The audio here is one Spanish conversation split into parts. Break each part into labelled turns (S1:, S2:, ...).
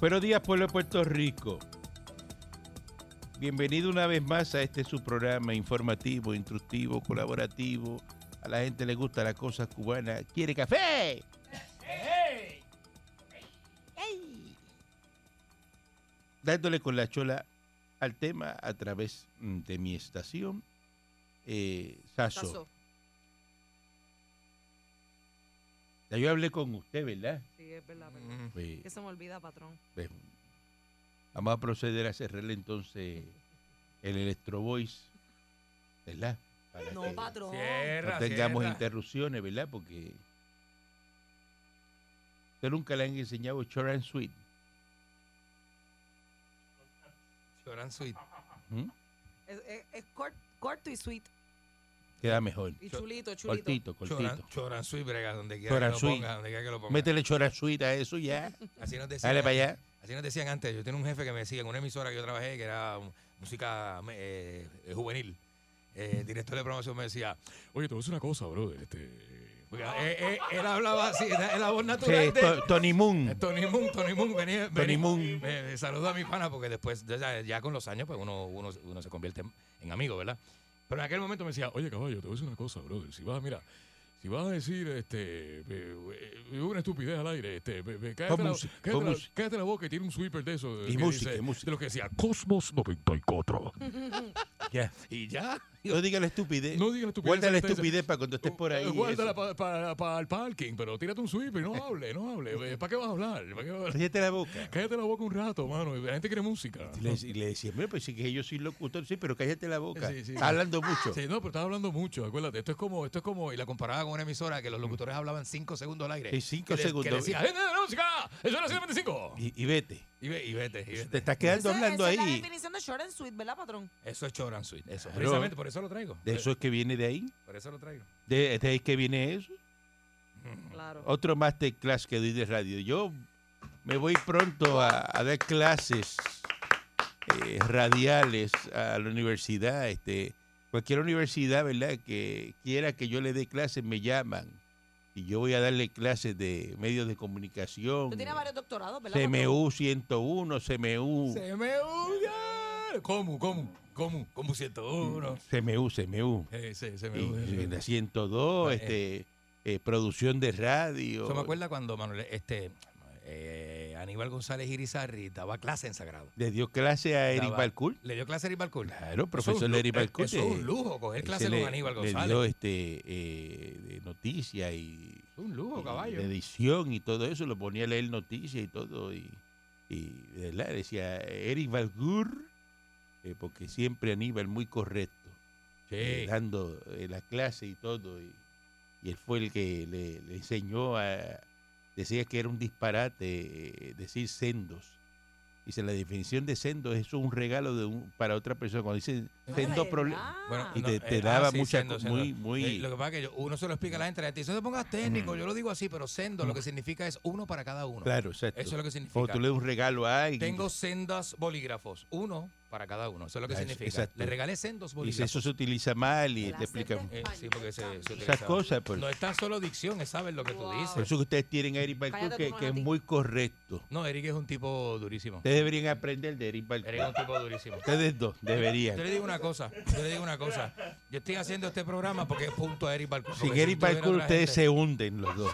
S1: Buenos días, pueblo de Puerto Rico. Bienvenido una vez más a este su programa informativo, instructivo, colaborativo. A la gente le gusta la cosa cubana. ¿Quiere café? Dándole con la chola al tema a través mm, de mi estación, eh, Saso.
S2: Saso.
S1: Ya yo hablé con usted, ¿verdad?
S2: Sí, es verdad, perdón.
S1: Sí.
S2: Que se me olvida, patrón.
S1: Pues, vamos a proceder a cerrarle entonces el Electro Voice, ¿verdad? Para que
S2: No, patrón.
S1: no
S3: Cierra,
S1: tengamos
S3: cierra.
S1: interrupciones, ¿verdad? Porque usted nunca le han enseñado short and sweet.
S3: Choran Sweet.
S1: ¿m?
S2: Es, es- es cort- corto y sweet.
S1: Queda mejor.
S2: Y
S3: Cho-
S2: chulito, chulito.
S1: Cortito, cortito.
S3: Choran, Choran Sweet, brega, donde quiera
S1: Choran
S3: que lo
S1: Sweet.
S3: ponga, donde quiera que lo ponga.
S1: Métele short and sweet a eso ya.
S3: Así nos decían,
S1: Dale para allá.
S3: Así nos decían antes. Yo tenía un jefe que me decía en una emisora que yo trabajé, que era um, música eh, eh, juvenil. Eh, el director de promoción me decía, oye, te voy a decir una cosa, brother. Este, porque, eh, eh, él hablaba así, era, era la voz natural.
S1: Sí,
S3: de-
S1: To- Tony Moon.
S3: Eh, Tony Moon, Tony Moon, venía,
S1: Mm. Tony
S3: venía-
S1: Moon.
S3: Me, me saludó a mi pana porque después, ya, ya con los años, pues uno, uno, uno se convierte en- en amigo, ¿verdad? Pero en aquel momento me decía, oye caballo, te voy a decir una cosa, brother. Si vas a, mira, si vas a decir este eh, eh, una estupidez al aire, este, ve- ve, cállate,
S1: Pon
S3: la,
S1: música,
S3: cállate
S1: pon
S3: la-
S1: música.
S3: cállate la boca y tiene un sweeper de eso.
S1: Y música, y música.
S3: De lo que decía Cosmos 94.
S1: Ya.
S3: y ya.
S1: No diga la estupidez.
S3: No diga la estupidez.
S1: Guarda la
S3: esa- esa-
S1: estupidez para cuando estés Eh, por ahí.
S3: Eh, Guárdala
S1: eso.
S3: para el parking, pero tírate un sweeper, no hable, no hable. ¿Para qué vas a hablar? ¿Para qué vas a hablar?
S1: Cállate la boca.
S3: Cállate la boca un rato, mano. La gente quiere música.
S1: Y le, y le decía, mira, pues sí que yo soy locutor, sí, pero cállate la boca.
S3: Sí, sí.
S1: Está hablando mucho.
S3: Sí, no, pero estás hablando mucho, acuérdate. Esto es como, esto es como, y la comparaba con una emisora que los locutores hablaban 5 segundos al aire.
S1: Sí, Mm. cinco
S3: Que le-
S1: segundos.
S3: Que decía, gente de la música, eso era 725.
S1: Y, y vete.
S3: Y, ve- y vete, y
S1: Te
S3: vete.
S1: estás quedando
S2: Esa-
S1: hablando
S2: esa es la
S1: ahí.
S2: definición de short and sweet, ¿verdad, patrón?
S3: Eso es Choran Sweet, eso.
S1: Claro.
S3: Precisamente por eso lo traigo.
S1: De eso es que viene de ahí.
S3: Por eso lo traigo.
S1: De, de ahí que viene eso.
S2: Claro.
S1: Otro masterclass que doy de radio. Yo me voy pronto a, a dar clases eh, radiales a la universidad. Este, cualquier universidad, ¿verdad? Que quiera que yo le dé clases, me llaman. Y yo voy a darle clases de medios de comunicación.
S2: Tú tienes varios doctorados, ¿verdad? patrón?
S1: CMU 101, CMU.
S3: Se me huye. ¿Cómo, cómo, cómo, cómo 101?
S1: CMU, CMU.
S3: Eh, sí, se me
S1: Mm. Y- y
S3: huye.
S1: la 102,
S3: Ah,
S1: este, eh, producción de radio.
S3: Eso me acuerda cuando Manuel, este, eh, Aníbal González Irizarri daba clase en Sagrado.
S1: Le dio clase a Eric
S3: Daba-
S1: Balcourt.
S3: Le dio clase a Aníbal Cool.
S1: Claro,
S3: Eso es
S1: profesor
S3: un lu-
S1: Larry Balcourt.
S3: Eso es
S1: eh,
S3: un lujo, coger
S1: ese
S3: clase
S1: le-
S3: con Aníbal
S1: Le
S3: González.
S1: dio este, eh, de noticias y,
S3: Es un lujo,
S1: y
S3: caballo.
S1: de edición y todo eso. Lo ponía a leer noticias y todo. Y, y de verdad, decía Eric Balcourt, eh, porque siempre Aníbal muy correcto. eh,
S3: Sí.
S1: dando eh, la clase y todo. Y, y él fue el que le, le enseñó a. Decía que era un disparate eh, decir sendos. Dice, la definición de sendo es un regalo de un, para otra persona. Cuando dice
S2: Ah,
S1: sendo
S2: ¿verdad?
S1: problema.
S3: Bueno,
S1: Y te- te
S3: ah,
S1: daba mucha
S3: sendo,
S1: co-
S3: sendo.
S1: muy- muy-
S3: Eh, lo que pasa es que yo- uno se lo explica a la gente, la gente dice, no te pongas técnico, yo lo digo así, pero sendo lo que significa es uno para cada uno.
S1: Claro, exacto.
S3: Eso es lo que significa.
S1: Cuando tú le das un regalo a alguien.
S3: Tengo sendas bolígrafos, uno para cada uno. Eso es lo que
S1: Ah, eso-
S3: significa.
S1: exacto.
S3: Le regalé sendos
S1: dice,
S3: bolígrafos.
S1: eso se utiliza mal y te
S2: Clases de
S1: explica.
S3: Eh, sí, porque se- se
S2: español
S3: utiliza.
S1: Esas cosas, pues.
S3: No es tan solo dicción, es saber lo que tú
S2: Wow.
S1: Por
S3: dices.
S1: eso que ustedes tienen a Eric
S2: Cállate
S1: Balcour,
S2: tú,
S1: que, que es
S2: Manatí.
S1: muy correcto.
S3: No, Eric es un tipo durísimo.
S1: Ustedes deberían aprender de Eric
S3: Eric es
S1: Balcour.
S3: un tipo durísimo.
S1: Ustedes dos deberían.
S3: Yo le digo una cosa, yo le digo una cosa. Yo estoy haciendo este programa porque es punto a Eric Balcour.
S1: Sin
S3: porque
S1: Eric
S3: yo tuviera
S1: Balcour
S3: otra
S1: ustedes
S3: gente-
S1: se hunden los dos.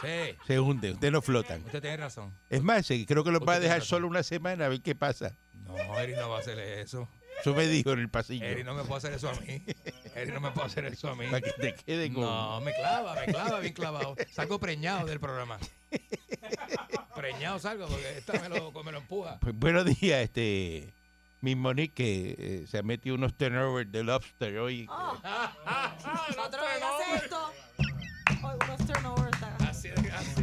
S3: Sí,
S1: Se hunden, ustedes no flotan.
S3: usted tiene razón.
S1: Es más, eh, creo que lo
S3: Usted
S1: va a
S3: tiene
S1: dejar
S3: razón.
S1: solo una semana a ver qué pasa.
S3: No, Eric no va a hacer eso.
S1: Eso me dijo en el pasillo.
S3: Eric no me puede hacer eso a mí. Eric no me puede hacer eso a mí.
S1: Para que te quede con...
S3: No, me clava, me clava bien clavado. Salgo preñado del programa. Preñado salgo porque esta me lo, me lo empuja.
S1: Pues, buenos días, este... Mi Monique que eh, se ha metido unos turnovers de lobster hoy.
S2: Ah,
S3: Ah, ah,
S2: patrón, no hagas esto. ah,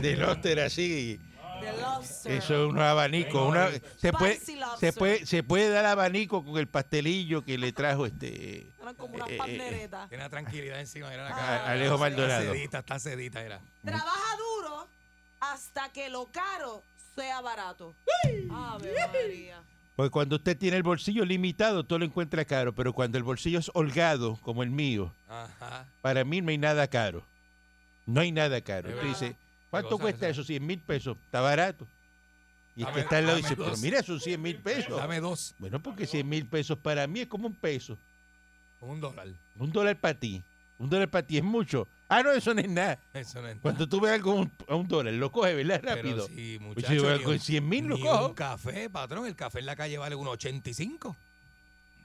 S1: de lobster así.
S2: The lobster.
S1: Eso es un abanico. Una, se, puede,
S2: Spicy
S1: se,
S2: lobster.
S1: puede, se puede dar abanico con el pastelillo que le trajo este
S2: Eran como unas
S1: eh, eh, eh.
S2: panderetas.
S3: Tiene la tranquilidad encima, era la
S2: Ah,
S3: cara.
S1: Alejo
S3: Está
S1: Maldonado.
S3: sedita, está sedita, era.
S2: Trabaja duro hasta que lo caro sea barato. Ave María.
S1: Porque cuando usted tiene el bolsillo limitado, todo lo encuentra caro. Pero cuando el bolsillo es holgado, como el mío,
S3: Ajá.
S1: para mí no hay nada caro. No hay nada caro.
S3: Es
S1: Usted
S3: verdad.
S1: dice, ¿cuánto
S3: Qué cosa
S1: cuesta
S3: esa.
S1: eso? 100 mil pesos. Está barato. Y el
S3: Dame-
S1: que está al lado
S3: dame
S1: dice, pero
S3: dos.
S1: mira, son 100 mil pesos.
S3: Dame dos,
S1: Bueno, porque 100 mil pesos para mí es como un peso.
S3: un dólar.
S1: Un dólar para ti. Un dólar para ti es mucho. Ah, no, eso no es nada.
S3: Eso no es
S1: Cuando tú ves algo a un- a un dólar, lo coges, ¿verdad?
S3: Pero
S1: Rápido.
S3: sí,
S1: Pues
S3: muchacho,
S1: si yo
S3: ni
S1: voy con
S3: un-
S1: 100 mil, lo
S3: ni
S1: cojo.
S3: un café, patrón. El café en la calle vale 1.85.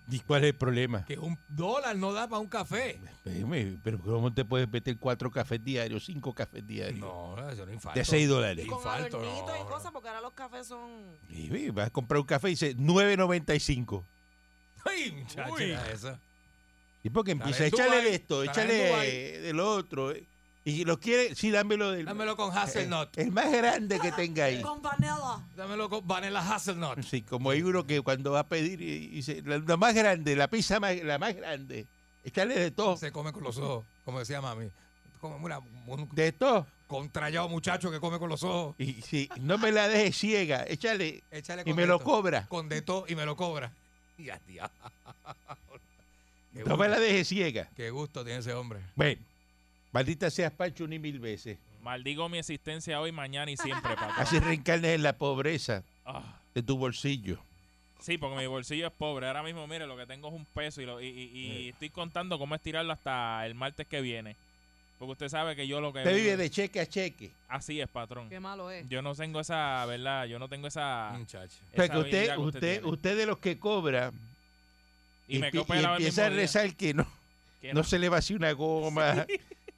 S1: ¿Y cuál es el problema?
S3: Que un dólar no da para un café.
S1: Espérame, Pero ¿cómo te puedes meter cuatro cafés diarios, cinco cafés diarios?
S3: No, eso no es infarto.
S1: de seis dólares.
S2: Y con
S3: Infarto,
S2: adornitos y
S3: no,
S2: cosas, porque ahora los cafés son.
S1: Y ve, vas a comprar un café y dice 9.95.
S3: Ay, muchacho,
S1: Uy.
S3: era eso.
S1: Y porque
S3: Estará
S1: empieza,
S3: en
S1: échale
S3: Dubái,
S1: de esto,
S3: estará en
S1: échale
S3: Dubái.
S1: del otro. eh. Y lo quiere, sí, dámelo del.
S3: Dámelo con
S1: el,
S3: hazelnut.
S1: el más grande que tenga ahí.
S2: Con panela.
S3: Dámelo con vanilla hazelnut.
S1: Sí, como hay uno que cuando va a pedir y y dice, la, la más grande, la pizza más, la más grande. Échale de todo.
S3: Se come con los ojos, como decía mami. Come una, un
S1: De todo.
S3: contrallado muchacho que come con los ojos.
S1: Y si no me la dejes ciega, échale.
S3: Échale
S1: Y
S3: con
S1: me
S3: de
S1: lo
S3: to-
S1: cobra.
S3: Con de todo y me lo cobra. Y a diablo. Qué
S1: No me la
S3: gusto-
S1: dejes ciega.
S3: Qué gusto tiene ese hombre.
S1: Bueno, maldita seas Pancho ni mil veces.
S4: Maldigo mi existencia hoy, mañana y siempre, papá.
S1: Así reencarnes en la pobreza
S4: Ah,
S1: de tu bolsillo.
S4: sí, porque mi bolsillo es pobre. Ahora mismo, mire, lo que tengo es un peso y, lo- y- y- y estoy contando cómo estirarlo hasta el martes que viene. Porque usted sabe que yo lo que...
S1: Te vive de cheque a cheque.
S4: Así es, patrón.
S2: Qué malo es.
S4: Yo no tengo esa, ¿verdad? Yo no tengo esa...
S1: O sea,
S3: Muchacho.
S4: esa
S1: Mm. Pues que usted,
S4: habilidad que
S1: usted,
S4: tiene.
S1: usted de los que cobra y,
S4: y me
S1: pi-
S4: quedo
S1: y
S4: pelado el
S1: empieza a
S4: mismo día.
S1: rezar que no,
S4: Que
S1: no, se le vacíe una goma,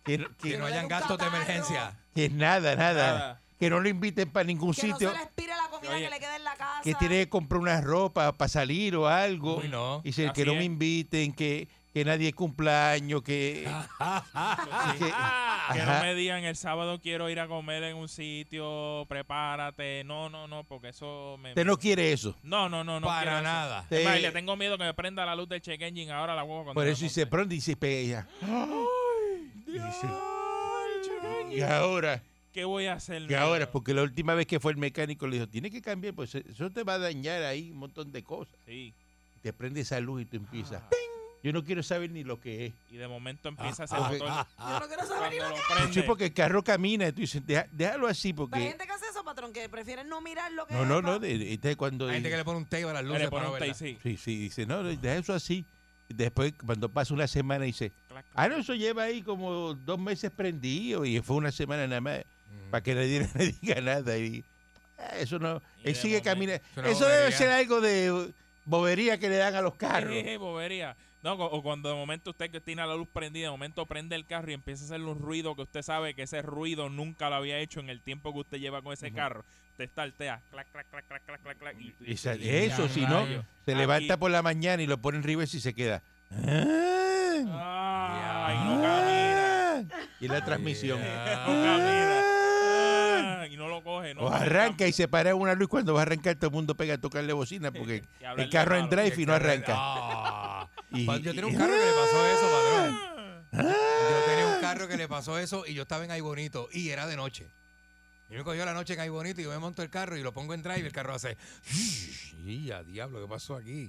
S1: que, no- que-
S3: Que no hayan
S2: le dé un
S3: gastos de
S2: catarro.
S3: emergencia.
S1: que nada, nada,
S4: nada.
S1: que no lo inviten para ningún
S2: Que no
S1: sitio,
S2: se le expire la comida
S4: Oye,
S2: que le queda en la casa.
S1: que tiene que comprar una ropa para salir o algo,
S3: Uy, no.
S1: y dice, que
S4: Así
S1: no me
S4: es.
S1: inviten, que, que nadie cumpla año, que...
S4: Sí.
S1: que-
S4: Que
S1: Ajá.
S4: no me digan el sábado quiero ir a comer en un sitio, prepárate. No, no, no, porque eso me...
S1: usted no quiere eso.
S4: no, no, no, no quiero
S3: para
S4: eso.
S3: nada.
S4: Es más,
S1: Usted-
S4: y le tengo miedo que me prenda la luz del check engine ahora la huevo cuando
S1: por
S4: la
S1: eso y se
S4: monte.
S1: pronto y se pega. Y dice, y ahora...
S4: ¿Qué voy a hacer?
S1: Y
S4: negro?
S1: ahora, porque la última vez que fue el mecánico le dijo, tiene que cambiar, pues eso te va a dañar ahí un montón de cosas.
S4: Sí.
S1: Te prende esa luz y tú empiezas.
S4: Ah.
S1: "Ting". Yo no quiero saber ni lo que es.
S4: Y de momento empieza ese
S3: Ah,
S4: motor.
S3: ah,
S2: Yo no quiero saber ni
S4: cuando
S2: lo que.
S4: lo
S1: Sí,
S4: prende.
S1: porque el carro camina y tú dices, "Deja- déjalo así
S2: Hay
S1: porque...
S2: gente que hace eso, patrón, que prefieren no mirar lo que
S1: No,
S2: es,
S1: no,
S2: pa-
S1: no, de- de- este cuando...
S3: Hay gente que le pone un tape a las luces
S4: le
S3: para
S4: pone
S3: no
S4: un
S3: verla.
S4: taxi.
S1: Sí, sí, dice, no, no, deja eso así. Y Después, cuando pasa una semana, dice,
S4: Clac, clac.
S1: ah, no, eso lleva ahí como dos meses prendido y fue una semana nada más
S3: Mm.
S1: para que nadie le diga nada. Y ah, eso no,
S4: Y de
S1: él sigue
S4: momento-
S1: caminando.
S3: Es una
S1: Eso debe
S3: bobería.
S1: ser algo de bobería que le dan a los carros.
S4: Eh, eh, bobería. No, o- o cuando de momento usted que tiene la luz prendida, de momento prende el carro y empieza a hacerle un ruido que usted sabe que ese ruido nunca lo había hecho en el tiempo que usted lleva con ese carro. Usted estartea. Clac, clac, clac, clac, clac, clac, clac, y- y-
S1: Esa-
S4: y-
S1: eso,
S4: y-
S1: si no,
S4: rayo.
S1: se levanta
S4: Aquí.
S1: por la mañana y lo pone en Rivers y se queda. Ah,
S4: Ah, y no camina.
S1: ah, y la transmisión.
S3: Ya.
S4: No camina.
S1: Ah,
S4: Ah, y no lo coge. No
S1: O arranca y se para en una luz cuando va a arrancar todo el mundo pega a tocarle bocina porque
S4: Y
S1: el
S4: hablarle
S1: carro en
S4: malo.
S1: drive y no arranca.
S3: Ah.
S1: Y-
S3: Pa- Yo tenía un
S1: y-
S3: carro que le pasó eso, padrón.
S4: Ah.
S3: Yo tenía un carro que le pasó eso y yo estaba en Ay Bonito y era de noche. Y me cogió la noche en Ay Bonito y yo me monto el carro y lo pongo en drive y el carro hace. ¡Y a diablo, qué pasó aquí!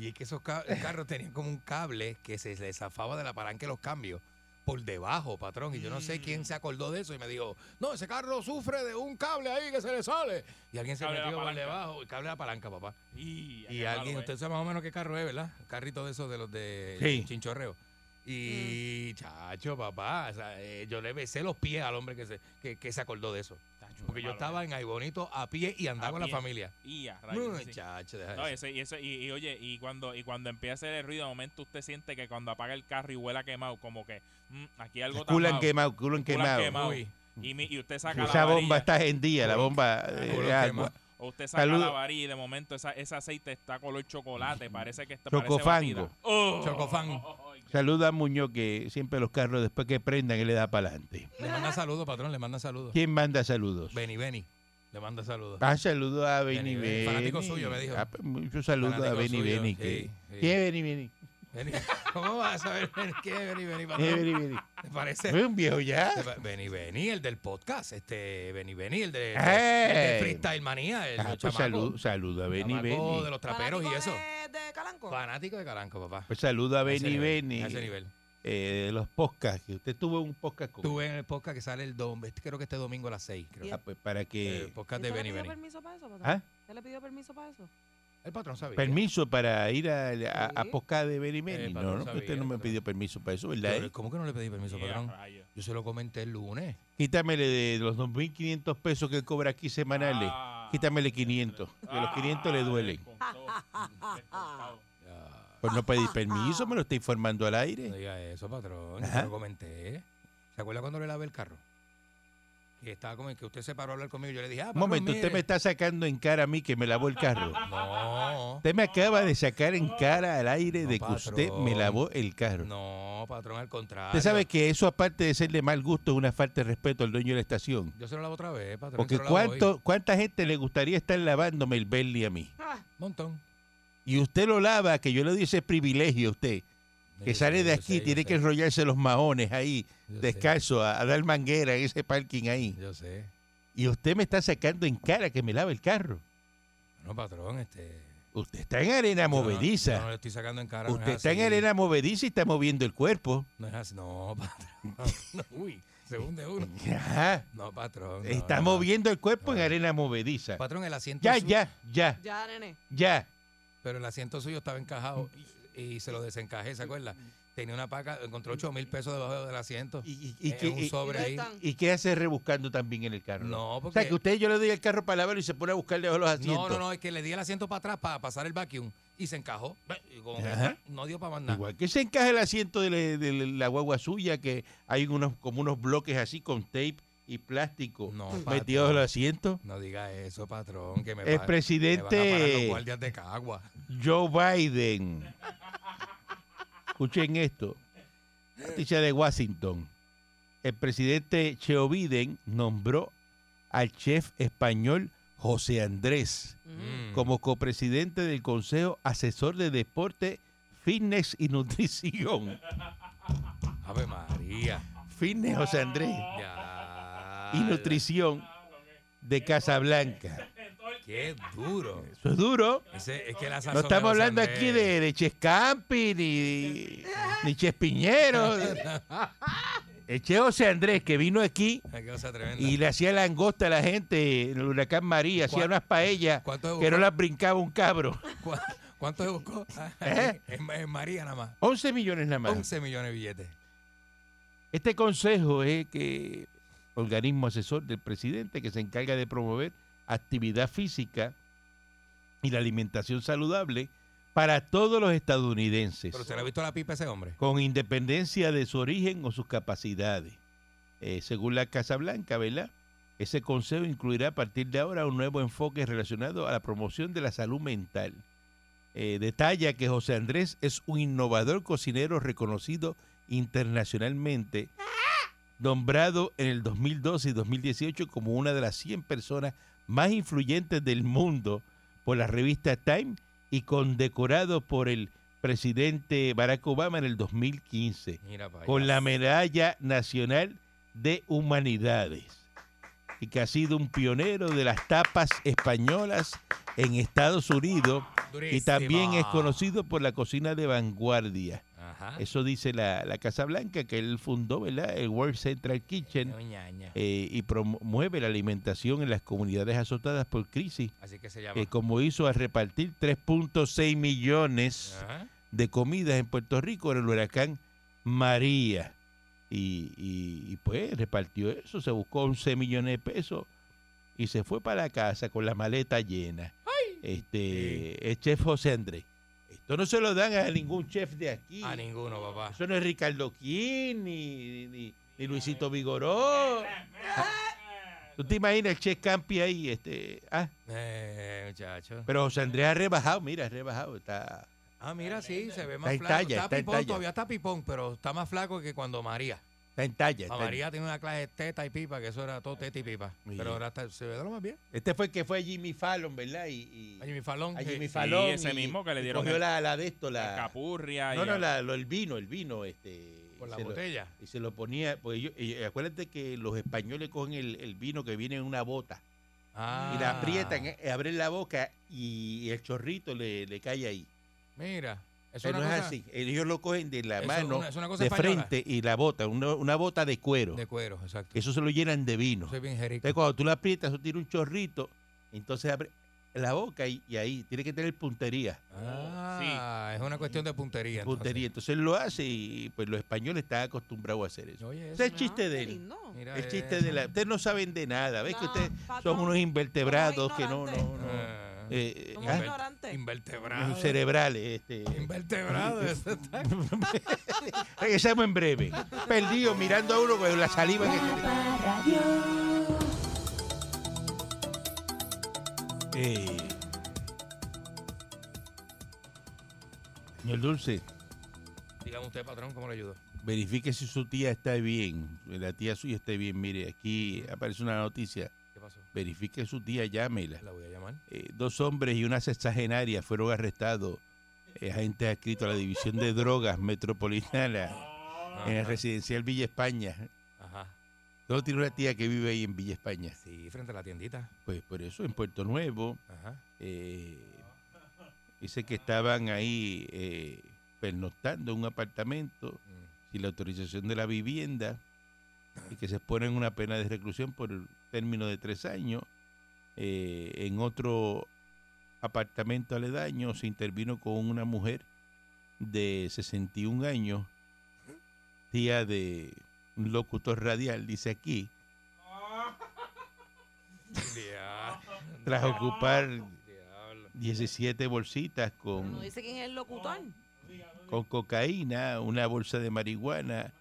S3: Y es que esos ca- carros tenían como un cable que se le zafaba de la palanca de los cambios por debajo, patrón. Y yo no sé quién se acordó de eso y me dijo: No, ese carro sufre de un cable ahí que se le sale. Y alguien se
S4: Cable de la
S3: metió por
S4: palanca.
S3: debajo, el cable de la palanca, papá.
S4: Y,
S3: Y alguien, usted sabe más o menos qué carro es, ¿verdad? Un carrito de esos de los de
S1: Sí.
S3: Chinchorreo.
S4: Mm.
S3: Y chacho, papá, o sea, eh, yo le besé los pies al hombre que se, que, que se acordó de eso. Porque yo estaba en Aibonito a pie y andaba
S4: A
S3: con la
S4: pie.
S3: familia.
S4: Y a rayos,
S3: No,
S4: sí.
S3: chacho, deja
S4: No,
S3: eso.
S4: ese- y, eso- y- y oye, y cuando, y cuando empieza a hacer el ruido, de momento usted siente que cuando apaga el carro y huela quemado, como que mm, aquí algo
S1: Culan
S4: tapado.
S1: quemado, culan
S4: Culan
S1: quemado.
S4: quemado.
S3: Uy.
S4: Y, mi- y usted saca
S1: Esa
S4: la
S1: bomba
S4: varilla.
S1: está en día, la bomba de
S3: Culan
S1: de agua.
S3: quemado.
S4: O usted saca
S1: Salud.
S4: la varilla y de momento esa- ese aceite está color chocolate. Parece que está
S1: Mm. Chocofango.
S4: Parece batida. oh,
S3: Chocofán.
S4: oh, oh, oh, qué
S1: Saluda a Muñoz, que siempre los carros después que prendan, él le da para adelante.
S3: Le manda saludos, patrón, le manda saludos.
S1: ¿Quién manda saludos?
S3: Benny, Benny, le manda saludos.
S1: Ah, saludo a Benny
S3: Benny,
S1: Benny.
S3: fanático suyo, me dijo.
S1: Ah, pues, muchos saludos a
S3: Fanático
S1: Benny
S3: suyo,
S1: Benny.
S3: sí,
S1: que-
S3: sí.
S1: ¿Quién es Benny Benny?
S3: Benny, ¿Cómo vas a saber Benny? ¿Qué es Benny,
S1: ¿Quién
S3: Benny,
S1: es
S3: patrón?
S1: Benny Benny?
S3: ¿Te parece?
S1: ¿No es un viejo ya?
S3: Te pa- Benny, Benny, el del podcast, este, Benny, Benny, el
S1: Eh.
S3: de,
S1: ¡Hey!
S3: el de Freestyle Manía, el
S1: Ah,
S3: chamaco,
S1: pues salud, saluda a Benny
S3: chamaco
S1: Benny.
S3: de los traperos y
S2: Fanático
S3: eso.
S2: De, de Calanco.
S3: Fanático de Caranco, papá.
S1: Pues saluda a
S3: A ese
S1: Benny
S3: nivel,
S1: Benny.
S3: A ese nivel.
S1: eh, de los podcasts. que Usted tuvo un podcast con
S3: Tuve en el podcast que sale el domingo, creo que este domingo a las 6, creo.
S1: Ah, pues, para que...
S3: El podcast de
S2: ¿Usted le
S3: Benny,
S2: pidió
S3: Benny.
S2: permiso para eso, patrón?
S1: ¿Ah?
S2: ¿Usted le pidió permiso para eso?
S3: El patrón sabía.
S1: Permiso para ir a, a, a
S2: Sí.
S1: podcast de Benny Benny.
S3: Eh,
S1: no,
S3: patrón,
S1: no,
S3: sabía,
S1: usted no me
S3: patrón.
S1: pidió permiso para eso, ¿verdad? eh?
S3: Pero, ¿Cómo que no le pedí permiso,
S4: Yeah,
S3: patrón?
S4: rayo.
S3: Yo se lo comenté el lunes.
S1: Quítamele de los 2.500 pesos que cobra aquí semanales.
S4: Ah.
S1: Quítamele 500. Que los
S4: Ah,
S1: 500 le duelen.
S4: descontó, descontado.
S3: Ya,
S1: Pues no pedí permiso, me lo está informando al
S3: no
S1: aire.
S3: diga eso, patrón. Yo
S1: Ajá.
S3: se lo comenté. ¿Se acuerda cuando le lavé el carro? Que estaba como que usted se paró a hablar conmigo. Yo le dije, ah,
S1: Un
S3: patrón,
S1: momento,
S3: mire.
S1: usted me está sacando en cara a mí que me lavó el carro.
S3: No,
S1: Usted me acaba de sacar en cara al aire
S3: No,
S1: de que usted me
S3: patrón.
S1: lavó el carro.
S3: no, patrón, al contrario.
S1: Usted sabe que eso, aparte de ser de mal gusto, es una falta de respeto al dueño de la estación.
S3: Yo se lo lavo otra vez, patrón.
S1: Porque
S3: se lo lavo hoy.
S1: cuánto, cuánta gente le gustaría estar lavándome el Bentley a mí.
S2: Ah,
S3: Montón.
S1: Y usted lo lava, que yo le doy ese privilegio a usted, que
S3: Yo
S1: sale
S3: sé,
S1: de
S3: yo sé,
S1: aquí,
S3: yo
S1: tiene
S3: sé,
S1: que enrollarse los mahones ahí,
S3: yo sé,
S1: descalzo, a, a dar manguera en ese parking ahí.
S3: Yo sé.
S1: Y usted me está sacando en cara que me lava el carro.
S3: No, patrón, este.
S1: Usted está en arena
S3: yo no-
S1: movediza.
S3: yo No, le estoy sacando en cara. no
S1: usted
S3: es
S1: está en
S3: así.
S1: arena movediza y está moviendo el cuerpo.
S3: No es así. No, patrón. No, uy, se hunde uno.
S1: Ajá.
S3: No, patrón. no,
S1: está
S3: no, no.
S1: moviendo el cuerpo en
S3: No.
S1: arena movediza.
S3: Patrón, el asiento.
S1: Ya,
S3: suyo-
S1: ya, ya,
S2: Ya, nene.
S1: ya.
S3: Pero el asiento suyo estaba encajado y se lo desencajé, ¿se acuerda? Tenía una paca, encontró 8 mil pesos debajo del asiento.
S1: Y, y- y
S3: en
S1: que-
S3: un
S1: y-
S3: sobre
S2: ¿Y
S3: ahí.
S2: dónde
S1: ¿Y qué hace rebuscando también en el carro?
S3: No,
S1: O sea,
S3: porque.
S1: que usted yo le doy el carro para lavarlo y se pone a buscarle debajo de los asientos.
S3: No, no, no, es que le di el asiento para atrás para pasar el vacuum y se encajó. Y como que,
S1: Ajá.
S3: no dio para más nada.
S1: Igual que se encaja el asiento de la, de la guagua suya, que hay unos como unos bloques así con tape y plástico
S3: No,
S1: metidos en
S3: patrón.
S1: los asientos.
S3: No diga eso, patrón, que me
S1: El
S3: pa- me van a parar los
S1: presidente
S3: guardias de Cagua.
S1: Joe Biden. Escuchen esto. Noticia de Washington. El presidente Joe Biden nombró al chef español José Andrés
S3: Mm.
S1: como copresidente del Consejo Asesor de Deporte, Fitness y Nutrición.
S3: Ave María.
S1: Fitness José Andrés
S3: Ya.
S1: y Nutrición de Casablanca.
S3: Qué duro.
S1: Eso es duro.
S3: Ese- es que la
S1: No
S3: sazón
S1: estamos
S3: José
S1: hablando
S3: Andrés-
S1: aquí de, de Chescampi ni, ni Chespiñero. El Che José Andrés que vino aquí
S3: Qué cosa tremenda.
S1: y le hacía langosta a la gente en el huracán María, hacía
S3: ¿Cuál-
S1: unas paellas
S3: ¿Cuánto se
S1: que no
S3: buscó?
S1: las brincaba un cabro.
S3: ¿Cuá- ¿Cuánto se buscó?
S1: ¿Eh?
S3: En, en María nada más.
S1: 11 millones nada más.
S3: 11 millones de billetes.
S1: Este consejo es que organismo asesor del presidente que se encarga de promover actividad física y la alimentación saludable para todos los estadounidenses,
S3: Pero usted le ha visto la pipa a ese hombre.
S1: con independencia de su origen o sus capacidades. Eh, según la Casa Blanca, ¿verdad? Ese consejo incluirá a partir de ahora un nuevo enfoque relacionado a la promoción de la salud mental. Eh, detalla que José Andrés es un innovador cocinero reconocido internacionalmente, nombrado en el 2012 y 2018 como una de las 100 personas más influyentes del mundo por la revista Time y condecorado por el presidente Barack Obama en el 2015
S3: Mira para allá.
S1: con la Medalla Nacional de Humanidades y que ha sido un pionero de las tapas españolas en Estados Unidos y
S3: Durísima.
S1: también es conocido por la cocina de vanguardia.
S3: Ajá.
S1: Eso dice la, la Casa Blanca que él fundó, ¿verdad? El World Central Kitchen
S3: Ñoñaña.
S1: eh, y promueve la alimentación en las comunidades azotadas por crisis,
S3: Así que se llama.
S1: eh, como hizo al repartir 3.6 millones
S3: Ajá.
S1: de comidas en Puerto Rico en el huracán María. Y, y- y, pues repartió eso, se buscó 11 millones de pesos y se fue para la casa con la maleta llena. Este, el chef José Andrés. Esto no se lo dan a ningún chef de aquí.
S3: A ninguno, papá.
S1: Eso no es Ricardo King ni, ni- ni Luisito Vigoró. ¿Tú te imaginas el chef Campi ahí? Este, ah,
S3: Eh, muchacho.
S1: pero José Andrés ha rebajado, mira, ha rebajado. Está,
S3: Ah, mira, sí, se ve
S1: Está
S3: más
S1: en
S3: flaco.
S1: talla,
S3: Está,
S1: está en
S3: pipón,
S1: talla.
S3: todavía está pipón, pero está más flaco que cuando María.
S1: Está en talla.
S3: A
S1: está en-
S3: María tiene una clase de teta y pipa, que eso era todo teta y pipa.
S1: Muy
S3: Pero
S1: bien.
S3: ahora está- se ve de lo más bien.
S1: Este fue el que fue a Jimmy Fallon, ¿verdad? Y, y-
S3: A Jimmy Fallon.
S1: a
S3: que-
S1: Jimmy Fallon.
S4: ese
S1: y-
S4: mismo que le
S1: y
S4: dieron
S1: cogió
S4: el-
S1: la, la de esto,
S4: La
S1: la.
S4: capurria.
S1: No,
S4: y
S1: no, la- lo- el vino, el vino, este.
S3: Por la
S1: se lo-
S3: botella.
S1: y se lo ponía, pues ellos- y acuérdate que los españoles cogen el, el vino que viene en una bota
S3: Ah,
S1: y la aprietan, eh, abren la boca y el chorrito le, le cae ahí.
S3: Mira, eso
S1: Pero no
S3: una
S1: es
S3: cosa
S1: así, ellos lo cogen de la
S3: eso
S1: mano,
S3: una- es una cosa
S1: de
S3: española.
S1: frente y la bota, una, una bota de cuero.
S3: de cuero, exacto.
S1: Eso se lo llenan de vino.
S3: Soy bien jerico.
S1: Entonces cuando tú la aprietas, eso tira un chorrito, entonces abre la boca y, y ahí tiene que tener puntería.
S3: Ah, es una cuestión de puntería. entonces.
S1: puntería. Entonces él lo hace y pues los españoles están acostumbrados a hacer eso.
S3: Oye,
S1: Ese
S3: eso,
S1: es el chiste de él.
S2: lindo.
S3: mira,
S1: El
S3: eh,
S1: chiste de la... Ustedes no saben de nada, ¿ves que
S2: No,
S1: ustedes
S2: patrón,
S1: son unos invertebrados
S2: somos
S1: que no, no, no.
S3: Ah,
S1: eh,
S2: Somos
S1: ah,
S3: inver-
S2: ignorantes.
S3: Invertebrado.
S1: cerebrales. Este.
S3: Invertebrado. eso está-
S1: Regresamos en breve. Perdido mirando a uno con la saliva que tiene. Eh, Señor Dulce,
S3: Dígame usted, patrón, ¿cómo le ayudo?
S1: verifique si su tía está bien. La tía suya está bien. Mire, aquí aparece una noticia.
S3: ¿Qué pasó?
S1: Verifique su tía, llámela.
S3: La voy a llamar.
S1: Eh, dos hombres y una sexagenaria fueron arrestados. Eh, agentes adscritos a la División de Drogas Metropolitana en el
S3: Ah, Ajá,
S1: residencial Villa España.
S3: Ajá.
S1: Todo tiene una tía que vive ahí en Villa España.
S3: Sí, frente a la tiendita.
S1: Pues por eso, en Puerto Nuevo,
S3: Ajá.
S1: eh, dice que estaban ahí eh, pernoctando en un apartamento
S3: Mm.
S1: sin la autorización de la vivienda y que se exponen a una pena de reclusión por el término de tres años. Eh, en otro apartamento aledaño se intervino con una mujer de 61 años, tía de un locutor radial, dice aquí,
S3: Dia-
S1: tras ocupar
S3: Diablo.
S1: 17 bolsitas
S2: Pero no
S1: con,
S2: dice quién es el locutor.
S1: con cocaína, una bolsa de marihuana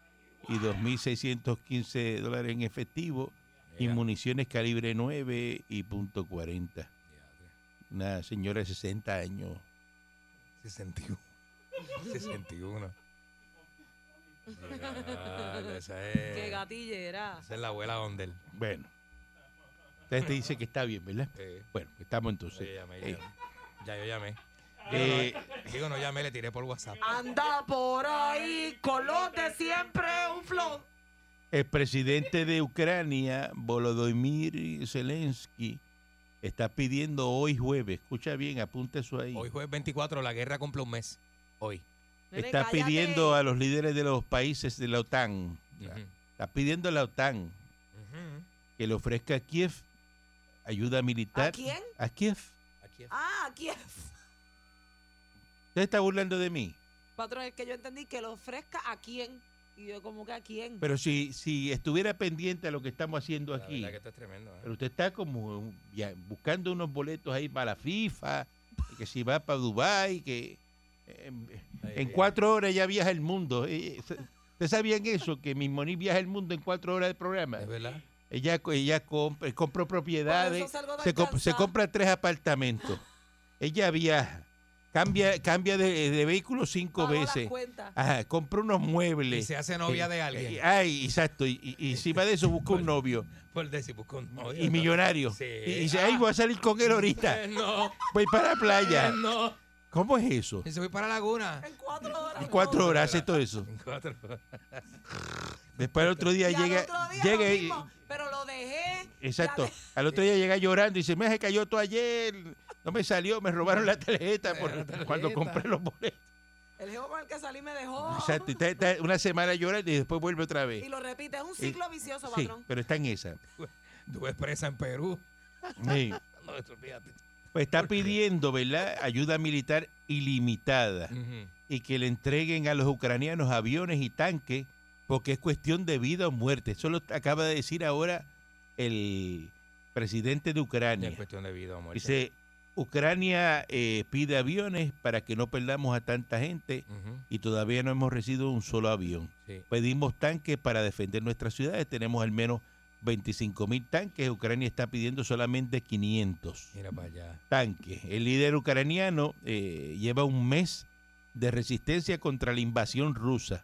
S1: y 2.615 dólares en efectivo y
S3: Mira,
S1: municiones calibre 9 y punto .40.
S3: diadre.
S1: Una señora de 60 años.
S3: 61. 61. Diablo, esa es.
S2: Qué gatillera.
S3: Esa es la abuela Ondel.
S1: Bueno. Usted te dice que está bien, ¿verdad?
S3: Eh,
S1: Bueno, estamos
S3: ya yo
S1: entonces.
S3: llamé, ya
S1: Eh,
S3: llamé. Ya yo llamé.
S1: eh,
S3: Digo, no llamé, le tiré por WhatsApp.
S2: Anda por ahí con los de siempre un flow.
S1: el presidente de Ucrania, Volodymyr Zelensky, está pidiendo hoy jueves, escucha bien, apunte eso ahí.
S3: Hoy jueves 24, la guerra cumple un mes. Hoy.
S2: Nene,
S1: Está
S2: cállate.
S1: pidiendo a los líderes de los países de la OTAN,
S3: Ujú.
S1: está pidiendo a la OTAN
S3: Ujú.
S1: que le ofrezca a Kiev ayuda militar.
S2: ¿A quién?
S1: A Kiev.
S3: Aquí es.
S2: Ah, aquí es.
S1: Usted está burlando de mí.
S2: Patrón, es que yo entendí que lo ofrezca a quién. Y yo, como que a quién.
S1: Pero si, si estuviera pendiente a lo que estamos haciendo
S3: La
S1: aquí,
S3: verdad que esto es tremendo. ¿eh?
S1: pero usted está como un- ya, buscando unos boletos ahí para la FIFA, y que si va para Dubái, que eh,
S3: Ay,
S1: en
S3: ay,
S1: cuatro horas ya viaja el mundo. Eh, eh, ¿Ustedes sabían eso? Que Moni viaja el mundo en cuatro horas de programa.
S3: Es verdad.
S1: Ella, co- ella compra- compró propiedades,
S2: salgo tan
S1: se, comp- se
S2: cansada.
S1: compra tres apartamentos. Ella viaja, cambia, cambia de, de vehículo cinco
S2: Pagó las
S1: veces,
S2: cuentas.
S1: Ajá, compra unos
S3: Y
S1: muebles.
S3: se hace novia de
S1: Eh,
S3: alguien.
S1: Ay, exacto. Y, y- y encima de eso busca un novio.
S3: Por decir, buscó un novio.
S1: Y millonario.
S3: Sí.
S1: Y dice, ay, voy a salir con él ahorita.
S3: Eh, No,
S1: Voy para la
S3: eh,
S1: playa.
S3: no.
S1: ¿Cómo es eso?
S3: Y se voy para Laguna.
S2: En cuatro horas.
S1: En cuatro
S2: no.
S1: horas hace todo eso.
S3: En cuatro horas.
S1: Después al otro día
S2: Y al
S1: llega.
S2: otro día
S1: llega
S2: lo
S1: y-
S2: mismo, pero lo dejé.
S1: exacto. Al otro día llega llorando y dice, me se cayó todo ayer. No me salió, me robaron la tarjeta por,
S3: tarjeta.
S1: cuando compré los boletos.
S2: El jefe con el que salí me dejó.
S1: Exacto. y está- está una semana llorando y después vuelve otra
S2: Y
S1: vez.
S2: lo repite, es un ciclo vicioso,
S1: Sí,
S2: patrón.
S1: pero está en esa.
S3: Tuve presa en Perú.
S1: Sí.
S3: No, eso, fíjate.
S1: Pues está pidiendo, ¿verdad? Ayuda militar ilimitada.
S3: Mm.
S1: y que le entreguen a los ucranianos aviones y tanques porque es cuestión de vida o muerte. Eso lo acaba de decir ahora el presidente de
S3: Ya
S1: Ucrania.
S3: Es cuestión de vida o muerte.
S1: Dice, Ucrania eh, pide aviones para que no perdamos a tanta gente
S3: Ujú,
S1: y todavía no hemos recibido un solo avión.
S3: sí.
S1: Pedimos tanques para defender nuestras ciudades. Tenemos al menos 25 mil tanques. Ucrania está pidiendo solamente 500
S3: Mira para allá.
S1: tanques. El líder ucraniano eh, lleva un mes de resistencia contra la invasión rusa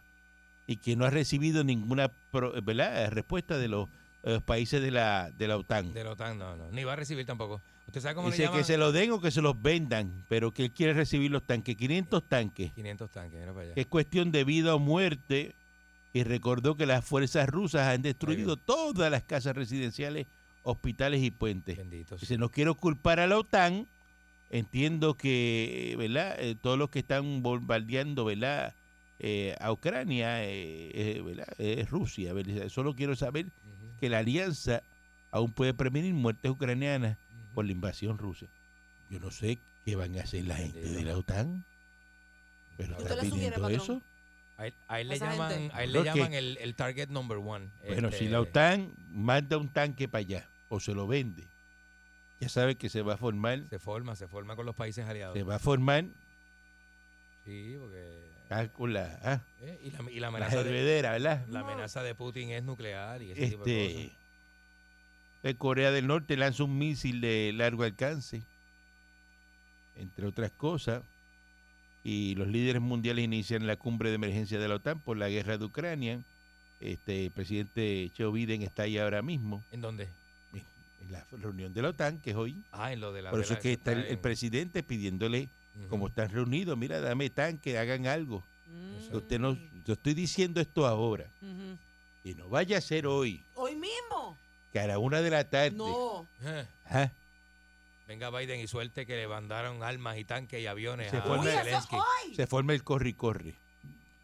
S1: y que no ha recibido ninguna pro- ¿verdad? Eh, respuesta de los, eh, los países de la, de la OTAN.
S3: De la OTAN, no, no. Ni va a recibir tampoco. ¿Usted sabe cómo le
S1: Dice
S3: llaman?
S1: que se los den o que se los vendan, pero que él quiere recibir los tanques, 500 tanques.
S3: 500 tanques, mira para allá.
S1: que es cuestión de vida o muerte, y recordó que las fuerzas rusas han destruido todas las casas residenciales, hospitales y puentes.
S3: Bendito. sea.
S1: Dice, no quiero culpar a la OTAN, entiendo que, eh, ¿verdad? Eh, todos los que están bombardeando, ¿verdad? Eh, a Ucrania, eh, eh, ¿verdad? Es Rusia, ¿verdad? Solo quiero saber
S3: Ujú,
S1: que la alianza aún puede prevenir muertes ucranianas
S3: ujú.
S1: por la invasión rusa. Yo no sé qué van a hacer la gente de la OTAN, pero
S3: ¿Usted
S1: está
S3: le
S2: sugiere,
S1: pidiendo
S2: patrón?
S1: eso.
S3: A él, a él le
S2: Esa
S3: llaman,
S2: gente.
S3: a él le
S1: Porque-
S3: llaman el, el target number one.
S1: Bueno,
S3: Este,
S1: si la OTAN manda un tanque para allá o se lo vende, ya sabe que se va a formar,
S3: Se forma, se forma con los países aliados.
S1: se va a formar
S3: Sí, porque...
S1: ah, con la, ah,
S3: eh, y, la, y la
S1: la
S3: amenaza de,
S1: hervedera, ¿verdad?
S3: la amenaza de Putin es nuclear y ese tipo de
S1: Este,
S3: cosas.
S1: de Corea del Norte lanza un misil de largo alcance, entre otras cosas, y los líderes mundiales inician la cumbre de emergencia de la OTAN por la guerra de Ucrania. Este, el presidente Joe Biden está ahí ahora mismo
S3: ¿En dónde?
S1: en la reunión de la OTAN, que es hoy.
S3: Ah, en lo de la...
S1: Por
S3: de
S1: eso
S3: la-
S1: es que está el, el
S3: en-
S1: presidente pidiéndole,
S3: Ujú.
S1: como están reunidos, mira, dame tanque, hagan algo.
S2: Mm.
S1: Usted no, yo estoy diciendo esto ahora.
S2: Ujú.
S1: Y no vaya a ser hoy,
S2: Mm. Hoy mismo.
S1: que a la una de la tarde. ¿ah?
S2: No.
S3: Eh,
S1: Ajá.
S3: Venga Biden y suerte que le mandaron armas y tanques y aviones
S1: Se
S3: a
S1: forma-
S2: Uy, eso oh.
S3: Zelensky.
S2: hoy.
S1: Se forma el corre y corre.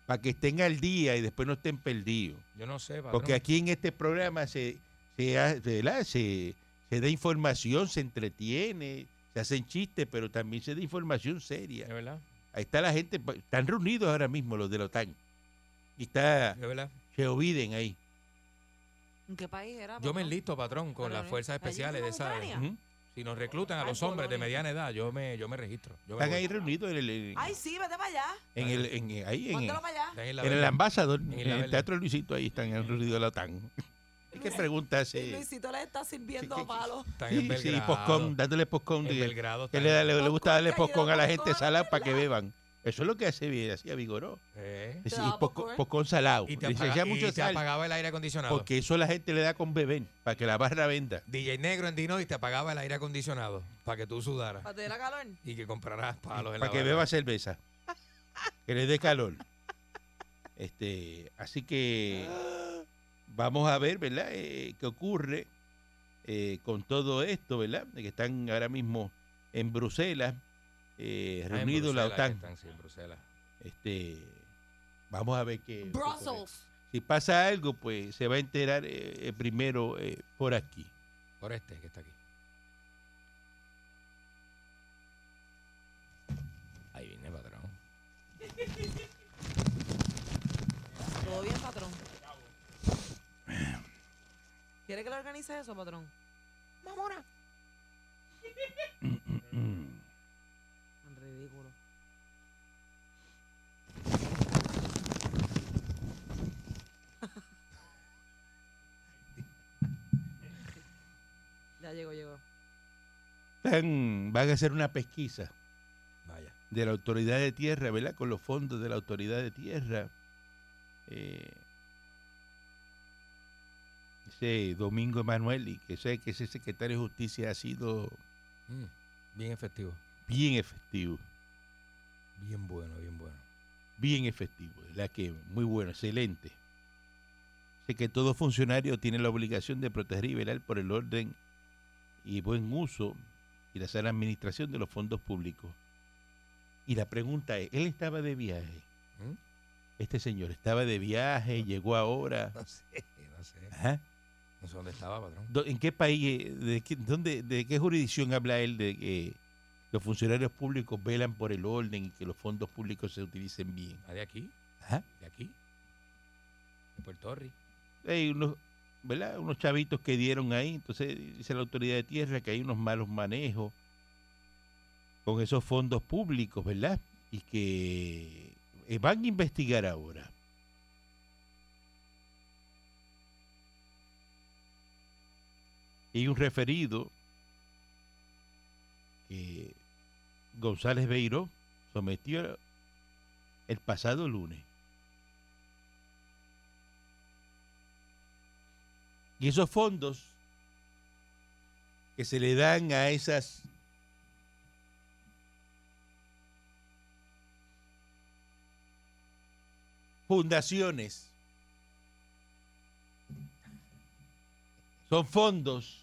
S1: Para que estén al día y después no estén perdidos.
S3: Yo no sé, patrón.
S1: Porque aquí en este programa se, se, ha- ¿verdad? se, se da información, se entretiene, se hacen chistes, pero también se da información seria.
S3: ¿Es verdad?
S1: Ahí está la gente, pa- están reunidos ahora mismo los de la OTAN. Y está
S3: ¿Es verdad?
S2: Ah,
S1: Joe Biden ahí.
S2: ¿En qué país era?
S3: Yo me
S2: papá?
S3: enlisto, patrón, con
S2: Pero
S3: las
S2: no-
S3: fuerzas
S2: allí
S3: especiales
S2: mismo
S3: de
S2: en
S3: esa...
S2: ¿eh? Ucrania.
S1: Ujú.
S3: Si nos reclutan a
S2: Ah,
S3: los
S2: en
S3: hombres de
S2: Polonia.
S3: mediana edad, yo me, yo me registro. Yo me
S1: Están
S3: voy.
S1: ahí reunidos en el, en,
S2: Ay, sí, vete para allá.
S1: en el, en- ahí en,
S2: Mándalo para allá.
S3: Están en la
S1: en el
S3: verga.
S1: ambasador,
S3: En
S1: en,
S3: la
S1: el
S3: vela.
S1: Teatro Luisito, ahí están reunidos la OTAN. ¿Qué pregunta
S2: Y
S1: hace?
S2: Luisito le está sirviendo
S1: Sí, sí,
S2: palo.
S3: Están en
S1: Sí, sí,
S3: Belgrado.
S1: postcón, dándole postcón.
S3: En
S1: de-
S3: Belgrado.
S1: que
S3: están-
S1: le, da- le- le gusta darle
S2: Popcorn,
S1: postcón a la
S2: popcorn,
S1: gente salada para que beban. Eso es lo que hace bien, hacía Vigoró.
S3: Eh,
S1: Dice,
S2: daba
S1: y poco-
S2: popcorn.
S1: postcón salado.
S3: Y te,
S1: Dice,
S3: apaga-
S1: ya
S3: y
S1: mucho
S3: te
S1: sal,
S3: apagaba el aire acondicionado.
S1: porque eso la gente le da con beber, para que la barra venda.
S3: DJ Negro en Dino y te apagaba el aire acondicionado para que tú sudaras
S2: Para tener la calor.
S3: y que compraras palos en la
S1: para que
S3: barra.
S1: beba cerveza. Que le dé calor. Este, así que vamos a ver, ¿verdad? Eh, qué ocurre eh, con todo esto, ¿verdad? De Que están ahora mismo en Bruselas, eh,
S3: Ah, en
S1: reunidos la
S3: Bruselas,
S1: OTAN.
S3: que están, sí, en Bruselas.
S1: Este, vamos a ver qué.
S2: Brussels.
S1: Si pasa algo, pues se va a enterar eh, eh, primero eh, por aquí.
S3: Por este que está aquí. Ahí viene, patrón.
S2: Todo bien, patrón. ¿Quiere que le organice eso, patrón? Mamona. Mm, Tan ridículo. Ya llegó, llegó.
S1: Están- van a hacer una pesquisa.
S3: Vaya.
S1: de la autoridad de tierra, ¿verdad? Con los fondos de la autoridad de tierra. Eh, ese Domingo Emanuel, y que sé que ese secretario de justicia ha sido
S3: Mm, bien efectivo.
S1: bien efectivo,
S3: Bien bueno, bien bueno.
S1: bien efectivo, la que muy bueno, excelente. Sé que todo funcionario tiene la obligación de proteger y velar por el orden y buen uso y la sana administración de los fondos públicos. Y la pregunta es, él estaba de viaje.
S3: ¿Mm?
S1: Este señor estaba de viaje, llegó ahora.
S3: No sé, no sé.
S1: Ajá.
S3: No sé dónde estaba, patrón.
S1: Do- ¿En qué país, eh, de qué, dónde, de qué jurisdicción habla él de que los funcionarios públicos velan por el orden y que los fondos públicos se utilicen bien?
S3: Ah, de aquí,
S1: Ajá.
S3: de aquí. De Puerto Rico.
S1: Hay unos, ¿verdad? unos chavitos que dieron ahí, entonces dice la autoridad de tierra que hay unos malos manejos con esos fondos públicos, ¿verdad? Y que eh, van a investigar ahora. Y un referido que González Beiró sometió el pasado lunes. Y esos fondos que se le dan a esas fundaciones son fondos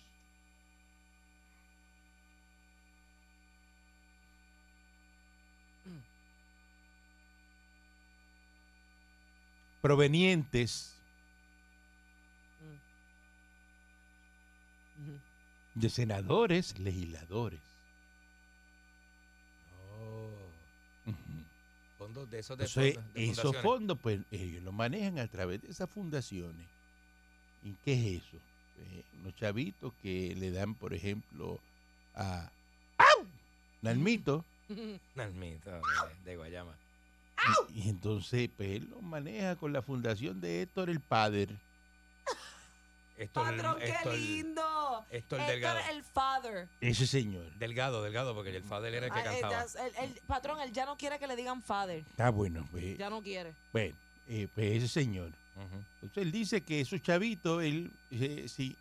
S1: provenientes
S2: Mm.
S1: de senadores, legisladores. Ujú.
S3: Oh, Fondos de esos de,
S1: Entonces,
S3: fonda- de
S1: esos
S3: fundaciones.
S1: fondos, pues ellos los manejan a través de esas fundaciones. ¿Y qué es eso? Eh, unos chavitos que le dan, por ejemplo, a ¡Au! Nalmito,
S3: Nalmita de, de Guayama.
S1: y, y entonces pues, él los maneja con la fundación de Héctor el Padre.
S3: Esto
S2: Patrón, qué
S3: esto
S2: lindo.
S3: Esto el
S2: Héctor,
S3: delgado.
S2: el father.
S1: Ese señor.
S3: Delgado, delgado, porque el father era el que
S2: Ah, eh,
S3: cantaba.
S2: das- el- el- patrón, él ya no quiere que le digan father.
S1: Está bueno, pues,
S2: Ya no quiere.
S1: bueno, eh, pues ese señor.
S3: Ujú.
S1: Entonces él dice que esos chavitos, él, eh, si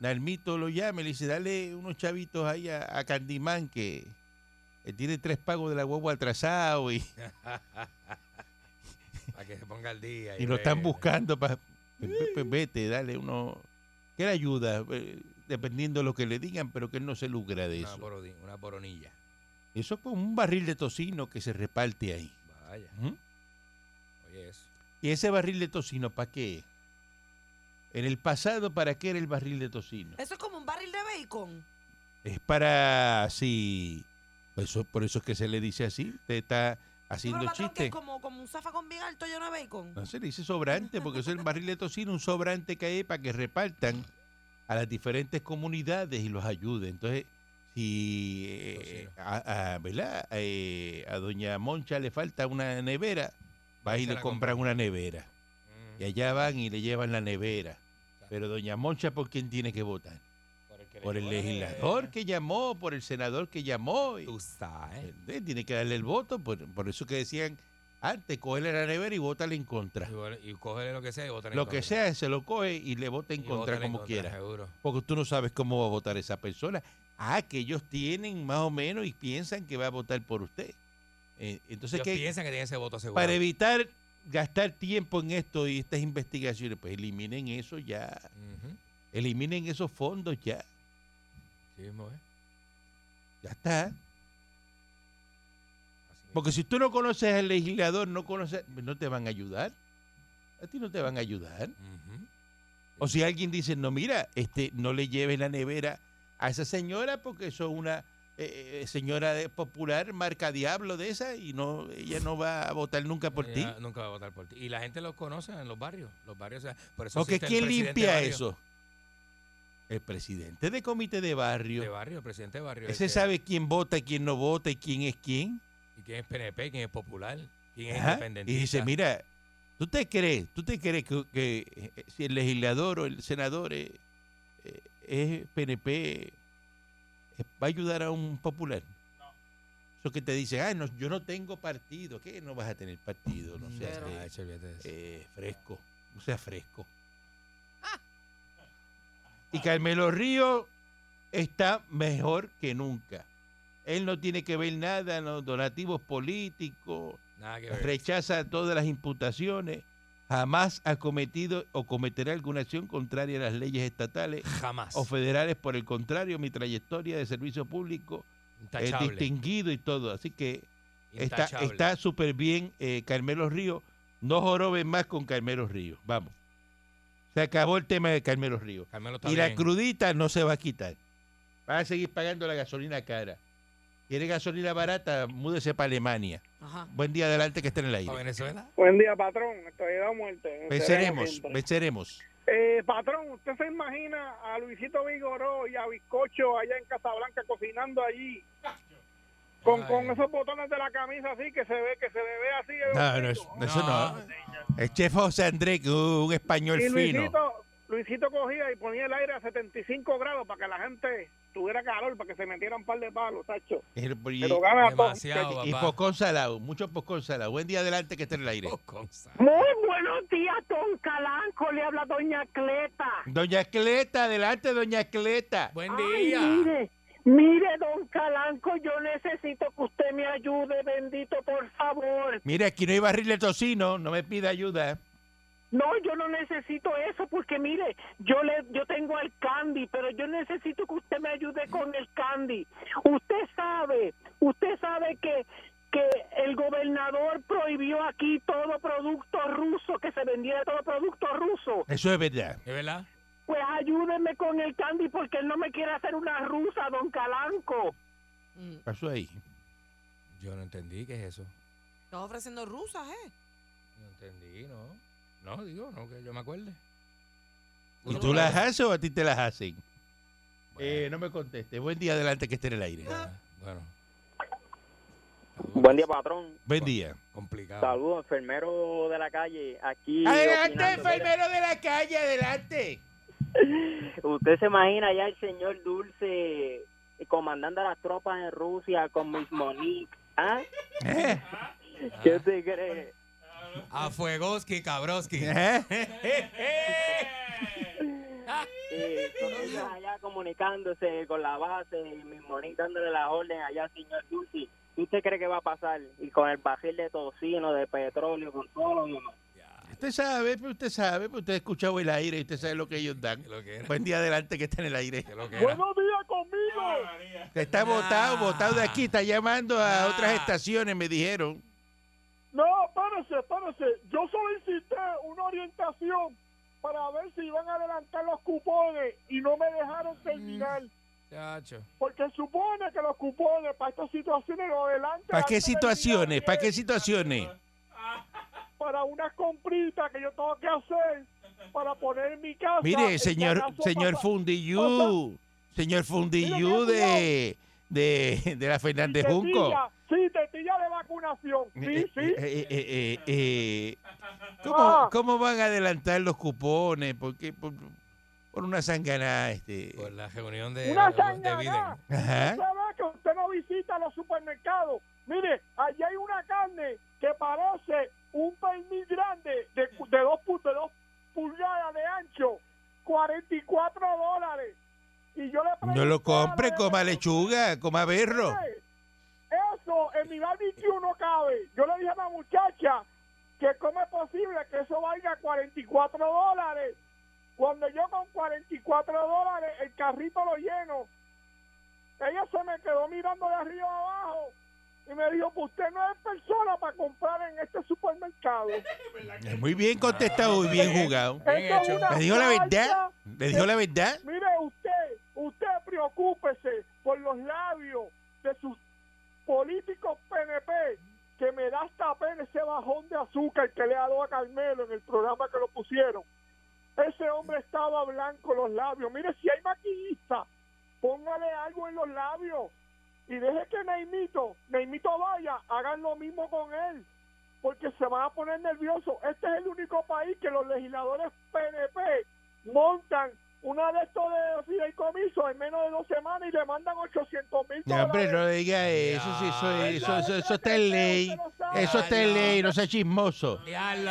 S1: Nalmito lo llama, le dice, dale unos chavitos ahí a, a Candimán que él tiene tres pagos de la guagua atrasado y,
S3: Para que se ponga al día.
S1: y lo están
S3: vea.
S1: buscando para... vete, dale uno... Que le ayuda, eh, dependiendo de lo que le digan, pero que él no se lucra de
S3: Una,
S1: eso.
S3: boroni- una boronilla.
S1: Eso es como un barril de tocino que se reparte ahí.
S3: Vaya,
S1: Ujú.
S3: oye eso.
S1: ¿Y ese barril de tocino para qué? es? En el pasado, ¿para qué era el barril de tocino?
S2: Eso es como un barril de bacon.
S1: Es para si eso, por eso es que se le dice así. Usted está
S2: Sí,
S1: haciendo
S2: pero patrón, que
S1: chiste.
S2: es como, como un zafacón bien alto lleno de bacon.
S1: No se le dice sobrante, porque eso es el barril de tocino, un sobrante que hay para que repartan a las diferentes comunidades y los ayude. Entonces, si eh, a, a- ¿verdad? Eh, a doña Moncha le falta una nevera, va
S3: Ahí
S1: y
S3: se
S1: le
S3: la
S1: compran
S3: compran.
S1: una nevera.
S3: Mm.
S1: Y allá van y le llevan la nevera. Pero doña Moncha, ¿por quién tiene que votar?
S3: que le
S1: Por el
S3: llegó la
S1: legislador
S3: nevera.
S1: que llamó, por el senador que llamó. y-
S3: Tú sabes.
S1: ¿Entendés? Tiene que darle el voto, por, por eso que decían antes, cogerle la nevera y vótale en contra.
S3: Y, vol- y cógele lo que sea y vota en
S1: Lo
S3: contra.
S1: que sea, se lo coge y le vota
S3: Y
S1: en contra
S3: vótale en
S1: como
S3: contra,
S1: quiera.
S3: Seguro.
S1: Porque tú no sabes cómo va a votar esa persona. Ah, que ellos tienen más o menos y piensan que va a votar por usted. Eh, entonces,
S3: Ellos
S1: que
S3: piensan que tienen ese voto seguro.
S1: para evitar gastar tiempo en esto y estas investigaciones, pues eliminen eso ya.
S3: Ujú.
S1: Eliminen esos fondos ya.
S3: Sí, mismo, ¿eh?
S1: Ya está.
S3: Así mismo.
S1: Porque si tú no conoces al legislador, no conoces, no te van a ayudar. A ti no te van a ayudar.
S3: Ujú.
S1: O si alguien dice, no, mira, este, no le lleves la nevera a esa señora porque eso es una eh, eh, señora de- popular, marca diablo de esa, y no, ella no va a votar nunca por ti.
S3: Ella Nunca va a votar por ti. Y la gente los conoce en los barrios. Los barrios, o sea, por eso
S1: Porque
S3: existe
S1: ¿quién
S3: el presidente de
S1: limpia
S3: barrio.
S1: eso? El presidente de comité de
S3: De
S1: barrio.
S3: barrio, el presidente de barrio.
S1: Ese
S3: el que-
S1: sabe quién vota, y quién no vota y quién es quién.
S3: ¿Y quién es PNP? ¿Quién es popular? ¿Quién es
S1: Ajá. Y
S3: independentista?
S1: dice, mira, ¿tú te crees, tú te crees que, que, eh, si el legislador o el senador es, eh, es PNP, eh, va a ayudar a un popular?
S4: No.
S1: Eso que te dicen, ah, no, yo no tengo partido. ¿Qué? No vas a tener partido, no seas
S2: Pero-
S1: eh,
S3: Ah, che, olvídate de eso.
S1: eh, fresco, no seas fresco.
S3: Ah.
S1: Y Carmelo Río está mejor que nunca. Él no tiene que ver nada en los donativos políticos,
S3: Nada que ver.
S1: rechaza todas las imputaciones, jamás ha cometido o cometerá alguna acción contraria a las leyes estatales
S3: Jamás.
S1: o federales. Por el contrario, mi trayectoria de servicio público es
S3: Intachable.
S1: distinguido y todo. Así que está
S3: Intachable.
S1: está súper bien eh, Carmelo Río. No joroben más con Carmelo Río. Vamos. Se acabó el tema de Carmelo Río.
S3: Carmelo está
S1: Y la
S3: bien.
S1: crudita no se va a quitar. Va a seguir pagando la gasolina cara. Quiere gasolina barata, múdese para Alemania.
S3: Ah.
S2: Ajá.
S1: Buen día adelante que esté en el
S3: ¿A
S1: aire.
S3: Venezuela?
S5: Buen día, patrón. Estoy de muerte.
S1: Venceremos,
S5: Seremos siempre.
S1: venceremos.
S5: Eh, patrón, ¿usted se imagina a Luisito Vigoró y a Bizcocho allá en Casablanca cocinando allí? Con,
S3: Ay.
S5: con esos botones de la camisa así que se ve, que se le ve así. el
S1: No, no,
S5: hocico.
S1: es- eso no. El chef José Andrés, que, uh, un español
S5: y
S1: fino.
S5: Luisito,
S6: Luisito cogía y ponía el aire a 75 grados para que la gente tuviera calor, para que se metieran un par de palos, tacho.
S1: El- y-
S6: Pero gana todo.
S3: Demasiado,
S1: y
S3: papá. Oh.
S1: pocón salado, mucho pocón salado. Buen día adelante que esté en el aire.
S3: Pocón sal.
S7: Muy buenos días, don Calanco. Le habla doña Cleta.
S1: Doña Cleta, adelante, doña Cleta.
S3: Buen
S7: Ay,
S3: día.
S7: mire, mire, don Calanco, yo necesito que usted me ayude, bendito, por favor.
S1: Mira, aquí no hay barril de tocino, no me pida ayuda.
S7: No, yo no necesito eso porque mire, yo le, yo tengo el candy, pero yo necesito que usted me ayude con el candy. Usted sabe, usted sabe que que el gobernador prohibió aquí todo producto ruso, que se vendiera todo producto ruso.
S1: Eso es verdad.
S3: ¿Es verdad?
S7: Pues ayúdeme con el candy porque él no me quiere hacer una rusa, don Calanco.
S2: Mm,
S1: Pasó ahí.
S3: Yo no entendí qué es eso.
S2: Estás ofreciendo rusas, ¿eh?
S3: No entendí, no. No, digo, no, que yo me acuerde.
S1: ¿Y
S3: Uno
S1: tú
S3: no
S1: las
S3: sabe.
S1: haces o a ti te las hacen?
S3: Bueno. Ah.
S1: Eh, no me conteste. Buen día adelante que esté en el aire.
S3: Ya, Bueno.
S8: Buen día, patrón.
S1: Buen día.
S3: Complicado.
S8: Saludos, enfermero de la calle. Aquí.
S1: Adelante,
S8: opinando.
S1: este enfermero de la calle, adelante.
S8: Usted se imagina ya el señor
S7: eh,
S8: Dulce comandando a las tropas en Rusia con Miss Monique. ¿Ah?
S1: ¿Eh?
S8: ¿Qué te crees?
S3: A Fuegoski, Cabroski.
S1: ¿Eh?
S8: Eh, con ellos allá comunicándose con la base, Miss Monique dándole las órdenes allá, señor Dulce. ¿Qué usted cree que va a pasar? Y con el barril de tocino, de petróleo, con todo lo demás.
S1: Usted sabe, pues, usted sabe, pues, usted ha escuchado el aire y usted sabe lo que ellos dan.
S3: Que lo que era.
S1: Buen día adelante que esté en el aire.
S3: Que lo que era.
S7: días conmigo.
S1: Te Está votado, votado de aquí, está llamando a
S3: Nah.
S1: otras estaciones, me dijeron.
S7: No, espérese, espérese. Yo solicité una orientación para ver si iban a adelantar los cupones y no me dejaron terminar.
S3: Chacho.
S7: Porque supone que los cupones para estas situaciones los adelantan.
S1: ¿Para qué
S7: antes del
S1: situaciones?
S7: día
S1: ¿Para qué
S7: 10,
S1: situaciones?
S7: Para unas compritas que yo tengo que hacer para poner en mi casa.
S1: Mire,
S7: el
S1: señor,
S7: canasto
S1: señor
S7: para-
S1: Fundillú, señor Fundillú de, de, de la Fernández Junco.
S7: tetilla, Sí, tetilla de vacunación. Sí,
S1: Eh,
S7: sí.
S1: eh, eh, eh, eh, eh, ¿Cómo,
S7: Ah.
S1: cómo van a adelantar los cupones? ¿Por, qué? por, por una sanganada, este.
S3: Por la reunión de,
S7: Una
S3: de
S7: sanganada.
S3: Biden.
S1: Ajá.
S7: Usted ve que usted no visita los supermercados. Mire, allí hay una carne que parece un pernil grande de, cu- de, dos, pu- de dos pulgadas de ancho, 44 dólares. Y yo le
S1: No
S7: pregunté a
S1: lo
S7: la
S1: compre,
S7: de-
S1: coma lechuga, coma berro.
S7: Mire, Eso en mi barbecue no cabe. Yo le dije a la muchacha que cómo es posible que eso valga 44 dólares. Cuando yo con 44 dólares el carrito lo lleno, ella se me quedó mirando de arriba a abajo y me dijo, pues usted no es persona para comprar en este supermercado.
S1: Muy bien contestado y bien jugado.
S3: Bien
S7: Esto es
S3: hecho.
S7: una
S1: ¿Le dijo la verdad?
S7: falta.
S1: ¿Le dijo la verdad?
S7: Mire usted, usted preocúpese por los labios de sus políticos PNP, que me da hasta pena ese bajón de azúcar que le ha dado a Carmelo en el programa que lo pusieron. Ese hombre estaba blanco los labios. Mire, si hay maquillista, póngale algo en los labios y deje que Neymito, Neymito vaya, hagan lo mismo con él, porque se van a poner nerviosos. Este es el único país que los legisladores PNP montan una de estos de fideicomiso en menos de dos semanas y le mandan 800 mil
S1: No,
S7: dólares.
S1: hombre, no diga eso, sí, eso,
S3: Ya.
S1: eso, eso, eso está en ley. Eso está en ley, no sea chismoso.
S3: ¡Diablo!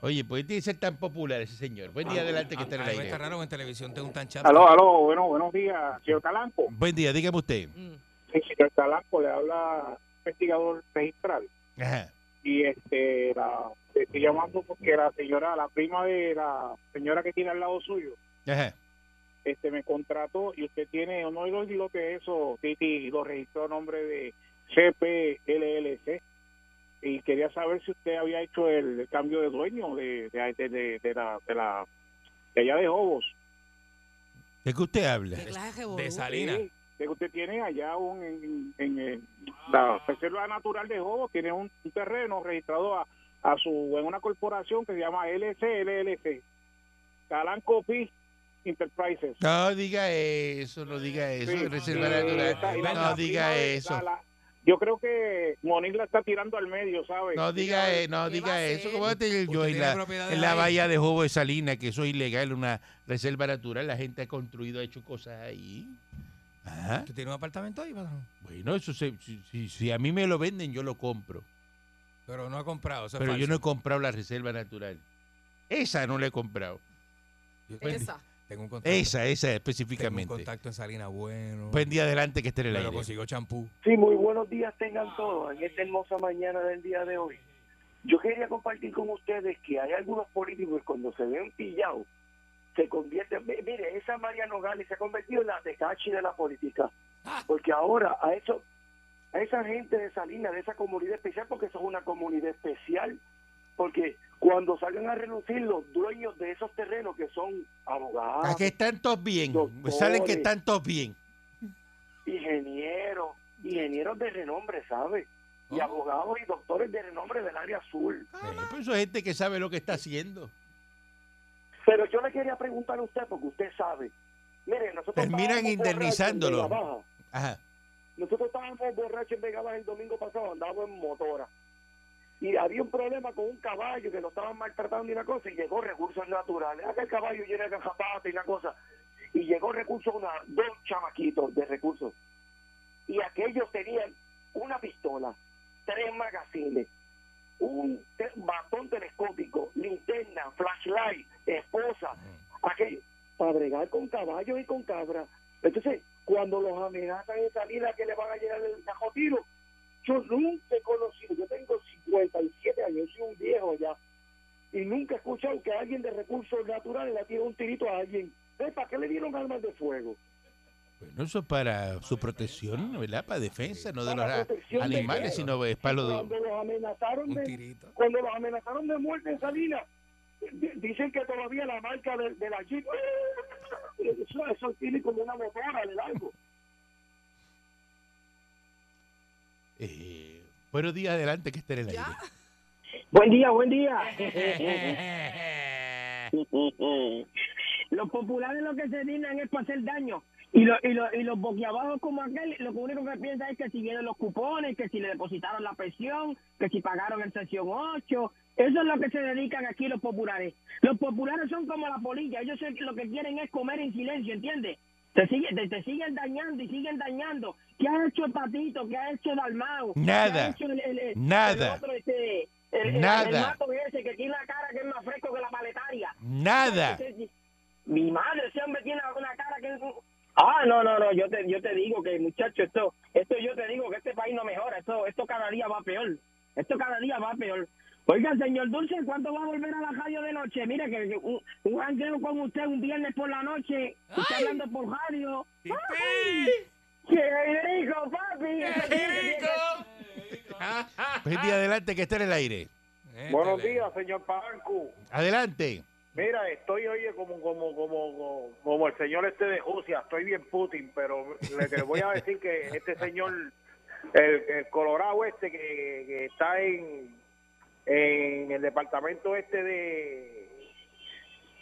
S1: Oye, ¿por qué tiene que ser tan popular ese señor? Buen día adelante que esté en el
S3: Algo está
S1: aire.
S3: raro que en televisión tengo un tan chato.
S6: Aló, aló, bueno, buenos días, señor Calanco.
S1: Buen día, dígame usted.
S2: Mm.
S6: Sí, señor Calanco, le habla investigador registral.
S1: Ajá.
S6: y este la te estoy llamando porque la señora la prima de la señora que tiene al lado suyo
S1: Ajá.
S6: este me contrató y usted tiene no lo lo que eso Titi lo registró a nombre de CPLLC y quería saber si usted había hecho el cambio de dueño de de, de, de- de la de la de allá de Hobos
S1: ¿De qué usted habla?
S2: ¿Qué clase de
S3: De
S2: revolú?
S3: Salina.
S6: Sí, que usted tiene allá un, en, en- en la reserva natural de Jobo, tiene un, un terreno registrado a, a su en una corporación que se llama LCLLC, Calanco P Enterprises.
S1: No diga eso, no diga eso.
S6: Sí,
S1: Reserva
S6: sí,
S1: natural.
S6: esa- y la-
S1: No
S6: la
S1: diga
S6: prima de-
S1: eso.
S6: La, la-
S5: eh, Yo creo que Monique la está tirando al medio, ¿sabes?
S1: No diga, eh, no
S2: ¿Qué va a
S1: diga eso.
S2: hacer?
S1: ¿Cómo va a tener
S3: Usted
S1: yo en
S3: tiene
S1: la,
S3: propiedades
S1: en la
S3: ahí.
S1: bahía de Jobo de Salinas, que eso es ilegal, una reserva natural? La gente ha construido, ha hecho cosas ahí. Ajá.
S3: ¿Usted tiene un apartamento ahí, patrón?
S1: Bueno, eso se- si, si- si a mí me lo venden, yo lo compro.
S3: Pero no ha comprado, eso es
S1: Pero yo no he
S3: falso.
S1: comprado la reserva natural. Esa no la he comprado.
S3: Yo tengo-
S2: Esa.
S3: Tengo un contacto,
S1: Esa, esa
S3: tengo un
S1: específicamente.
S3: contacto en Salina bueno.
S1: Buen día adelante que esté en el
S3: me lo
S1: aire.
S3: consiguió champú.
S9: Sí, muy buenos días tengan todos en esta hermosa mañana del día de hoy. Yo quería compartir con ustedes que hay algunos políticos que cuando se ven pillados se convierten. mi- Mire, esa María Nogales se ha convertido en la tecachi de la política.
S1: Ah.
S9: Porque ahora a eso, a esa gente de Salinas, de esa comunidad especial, porque eso es una comunidad especial, porque cuando salgan a relucir los dueños de esos terrenos que son abogados,
S1: Aquí están todos bien. Pues
S9: Doctores.
S1: Salen que están todos bien.
S9: ingenieros, ingenieros de renombre, ¿sabes? Y
S3: Oh.
S9: abogados y doctores de renombre del área azul.
S1: Eh, pues eso es gente que sabe lo que está haciendo.
S9: Pero yo le quería preguntar a usted, porque usted sabe. Mire, nosotros
S1: Terminan
S9: estábamos
S1: indemnizándolo.
S9: borrachos en Vega Baja.
S1: Ajá.
S9: Nosotros estábamos borrachos en Vega Baja el domingo pasado, andábamos en motora. Y había un problema con un caballo que lo estaban maltratando y una cosa, y llegó recursos naturales. Aquel caballo llena de zapatos y una cosa. Y llegó recursos, una, dos chamaquitos de recursos. Y aquellos tenían una pistola, tres magazines, un te- bastón telescópico, linterna, flashlight, esposa, aquello, para bregar con caballos y con cabras. Entonces, cuando los amenazan en salida que le van a llegar el cajotiro, yo nunca he conocido, yo tengo 57 años, soy un viejo ya, y nunca he escuchado que alguien de recursos naturales le tire un tirito a alguien. ¿Eh? ¿Para qué le dieron armas de fuego?
S1: Bueno, eso es para su protección, ¿verdad? Para defensa, no de los
S9: Para
S1: a-
S9: protección de
S1: animales,
S9: qué?
S1: sino es para los...
S9: Cuando los amenazaron
S3: Un
S9: de,
S3: tirito.
S9: cuando los amenazaron de muerte en Salinas, di- dicen que todavía la marca de, de la Jeep, ¡eh! eso, eso tiene como una motora de largo.
S1: Eh, buenos días adelante que esté en el aire.
S2: ¿Ya?
S10: Buen día, buen día. Mm, los populares lo que se dignan es para hacer daño. Y, lo- y, lo- y los boquiabajos como aquel, lo único que piensa es que si vienen los cupones, que si le depositaron la pensión, que si pagaron en sesión 8. Eso es lo que se dedican aquí los populares. Los populares son como la polilla. Ellos se- lo que quieren es comer en silencio, ¿entiendes? Te, sigue, te, te siguen dañando y siguen dañando. ¿Qué ha hecho Patito? ¿Qué ha hecho Dalmao? ¿Qué ha
S1: Nada.
S10: hecho el- el- el-
S1: Nada.
S10: el otro, este, el- el-
S1: Nada.
S10: el mato ese que tiene la cara que es más fresco que la paletaria.
S1: Nada.
S10: Ese- Mi madre, ese hombre tiene una cara que es un- Ah, no, no, no, yo te, yo te digo que, muchacho, esto, esto yo te digo que este país no mejora, esto, esto cada día va peor, esto cada día va peor. Oiga, señor Dulce, ¿cuándo va a volver a la radio de noche? Mira que que un, un jangueo con usted un viernes por la noche, usted hablando por radio. ¡Ay! ¡Qué rico, papi!
S1: Buen día Pues adelante que esté en el aire.
S5: Buenos días, señor Palanco.
S1: Adelante.
S5: Mira, estoy, oye, como, como, como, como, como el señor este de Rusia, estoy bien Putin, pero le, le voy a decir que este señor, el, el Colorado este que, que está en, en el departamento este de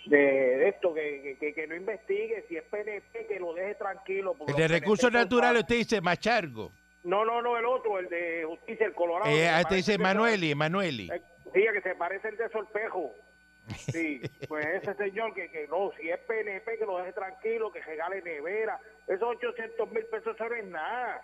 S5: de, de esto, que, que- que, que no investigue, si es PNP, que lo deje tranquilo. porque
S1: El de
S5: los PNP
S1: recursos
S5: son
S1: naturales
S5: malos.
S1: usted dice Machargo.
S5: No, no, no, el otro, el de justicia, el Colorado.
S1: Eh,
S5: que
S1: ah, usted
S5: parece
S1: dice
S5: que-
S1: Manueli, Manueli.
S5: eh, Sí, que se parece el de Sorpejo. Sí, pues ese señor que, que no, si es PNP, que lo deje tranquilo, que regale nevera. Esos 800 mil pesos, eso no es nada.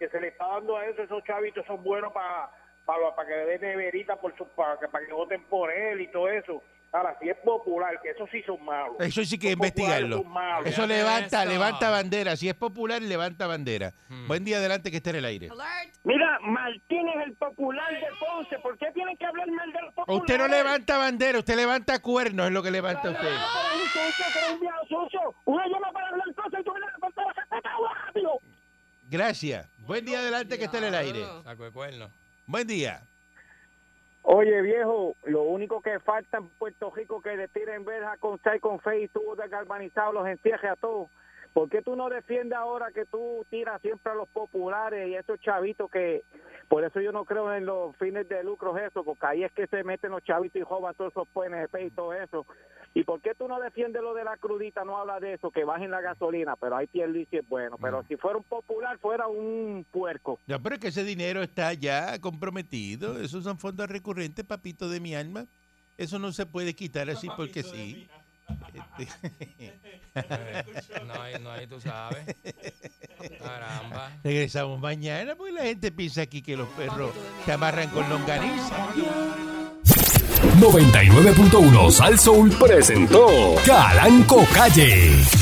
S5: Que se le está dando a eso, esos chavitos son buenos para para que le den neverita por su, para, que, para que voten por él y todo eso. Ahora, si es popular, que eso sí son malos.
S1: Eso sí que
S5: Los populares
S1: investigarlo.
S5: son malos.
S1: Eso
S3: Fíjate
S1: levanta,
S3: eso.
S1: levanta bandera. Si es popular, levanta bandera. Buen día adelante que esté en el aire.
S2: Alert.
S9: Mira, Martín es el popular de Ponce. ¿Por qué tienen que hablar mal de los populares?
S1: Usted no levanta bandera, usted levanta cuernos, es lo que levanta usted.
S9: Pero es un sucio, pero es un viejo sucio. Uno llama para hablar cosas y tú vienes a faltar la respeto rápido.
S1: Gracias. Buen día adelante que esté en el aire.
S2: Diablo.
S3: Saco de cuerno.
S1: Buen día.
S10: Oye, viejo, lo único que falta en Puerto Rico que le tiren verja con sal con fe y tubos de galvanizado los encierre a todos.
S5: ¿Por qué tú no defiendes ahora que tú tiras siempre a los populares y a esos chavitos que, por eso yo no creo en los fines de lucro eso, porque ahí es que se meten los chavitos y jovan todos esos PNP y todo eso. ¿Y por qué tú no defiendes lo de la crudita, no habla de eso, que bajen la gasolina? Pero ahí Pierluisi es bueno, pero si fuera un popular, fuera un puerco.
S1: No, pero es que ese dinero está ya comprometido. Esos son fondos recurrentes, papito de mi alma. Eso no se puede quitar así porque sí. Este-
S3: Eh, No hay, no hay, tú sabes. Caramba.
S1: Regresamos mañana porque la gente piensa aquí que los perros se amarran con longaniza.
S11: 99.1 Sal Soul presentó Calanco Calle.